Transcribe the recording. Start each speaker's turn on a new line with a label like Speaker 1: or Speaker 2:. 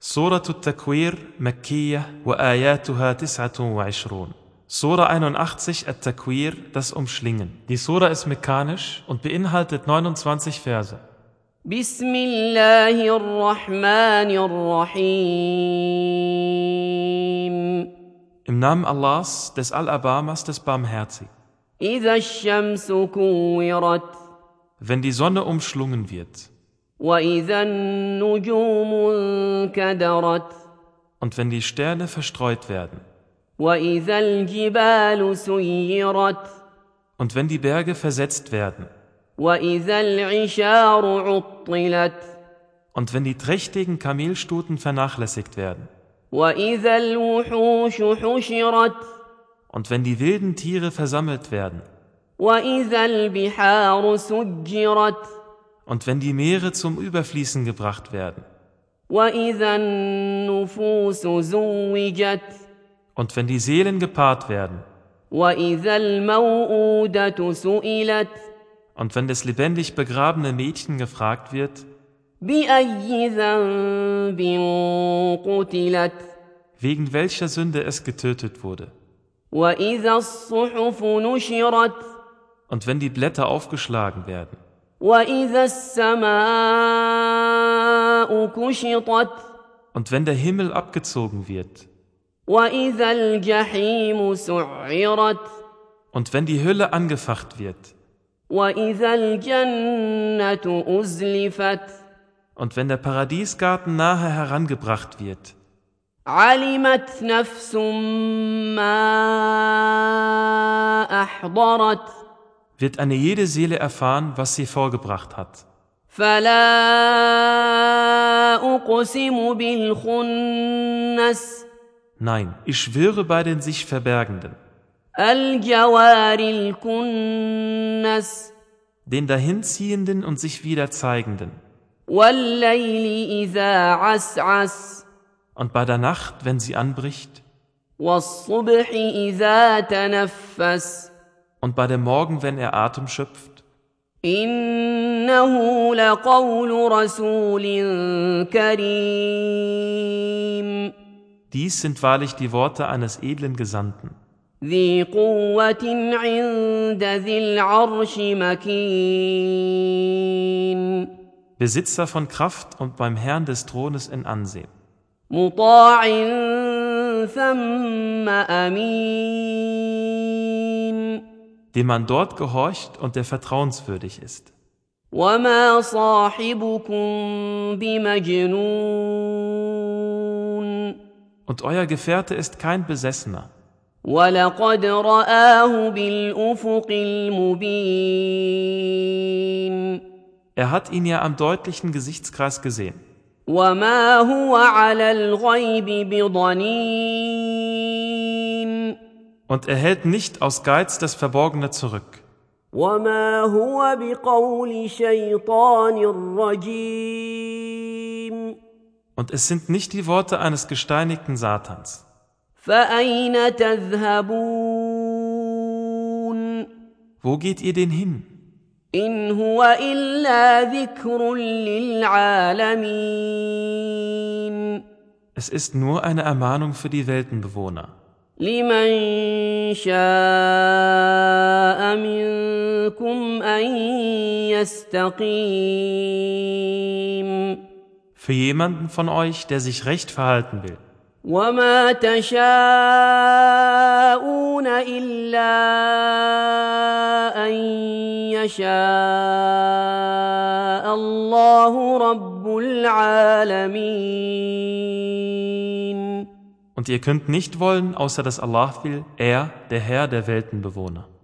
Speaker 1: سورة التكوير مكية وآياتها 29. Sura 81 At-Takwir, das Umschlingen. Die Sura ist mekanisch und beinhaltet 29 Verse.
Speaker 2: بسم الله الرحمن الرحيم
Speaker 1: Im Namen Allahs, des Allerbarmers, des Barmherzigen.
Speaker 2: إذا الشمس كورت
Speaker 1: Wenn die Sonne umschlungen wird
Speaker 2: وإذا النجوم انكدرت
Speaker 1: und wenn die Sterne verstreut werden
Speaker 2: وإذا الجبال سيرت
Speaker 1: und wenn die Berge versetzt werden
Speaker 2: وإذا العشار عطلت
Speaker 1: und wenn die trächtigen Kamelstuten vernachlässigt werden
Speaker 2: وإذا الوحوش حشرت
Speaker 1: und wenn die wilden Tiere versammelt werden
Speaker 2: وإذا البحار سجرت
Speaker 1: und wenn die Meere zum Überfließen gebracht werden
Speaker 2: وإذا النفوس زوجت
Speaker 1: und wenn die Seelen gepaart werden
Speaker 2: وإذا الموءودة سئلت
Speaker 1: und wenn das lebendig begrabene Mädchen gefragt wird,
Speaker 2: بأي ذنب قتلت
Speaker 1: wegen welcher Sünde es getötet wurde,
Speaker 2: وإذا الصحف نشرت
Speaker 1: und wenn die Blätter aufgeschlagen werden,
Speaker 2: وإذا السماء كشطت
Speaker 1: und wenn der Himmel abgezogen wird,
Speaker 2: وإذا الجحيم سعرت
Speaker 1: und wenn die Hölle angefacht wird,
Speaker 2: وإذا الجنة أزلفت
Speaker 1: und wenn der Paradiesgarten nahe herangebracht wird,
Speaker 2: علمت نفس ما أحضرت
Speaker 1: wird eine jede Seele erfahren, was sie vorgebracht hat.
Speaker 2: فلا أقسم بالخنس
Speaker 1: Nein, ich schwöre bei den sich Verbergenden,
Speaker 2: الجوار الكنس
Speaker 1: den Dahinziehenden und sich wieder Zeigenden,
Speaker 2: والليل إذا عسعس
Speaker 1: und bei der Nacht, wenn sie anbricht,
Speaker 2: والصبح إذا تنفس
Speaker 1: und bei dem Morgen, wenn er Atem schöpft,
Speaker 2: إنه لقول رسول كريم
Speaker 1: Dies sind wahrlich die Worte eines edlen Gesandten,
Speaker 2: ذي قوة عند ذي العرش مكين
Speaker 1: Besitzer von Kraft und beim Herrn des Thrones in Ansehen,
Speaker 2: مطاع ثم أمين
Speaker 1: dem man dort gehorcht und der vertrauenswürdig ist.
Speaker 2: وما صاحبكم بمجنون
Speaker 1: Und euer Gefährte ist kein Besessener,
Speaker 2: ولقد رآه بالأفق المبين
Speaker 1: er hat ihn ja am deutlichen Gesichtskreis gesehen.
Speaker 2: وما هو على الغيب بضنين
Speaker 1: Und er hält nicht aus Geiz das Verborgene zurück.
Speaker 2: وما هو بقول شيطان رجيم
Speaker 1: Und es sind nicht die Worte eines gesteinigten Satans.
Speaker 2: فأين تذهبون
Speaker 1: Wo geht ihr denn hin?
Speaker 2: إن هو إلا ذكر للعالمين
Speaker 1: Es ist nur eine Ermahnung für die Weltenbewohner.
Speaker 2: لمن شاء منكم أن يستقيم
Speaker 1: Für jemanden von euch, der sich recht verhalten will.
Speaker 2: وما تشاءون إلا أن يشاء الله رب العالمين
Speaker 1: Und ihr könnt nicht wollen, außer dass Allah will, er, der Herr der Weltenbewohner.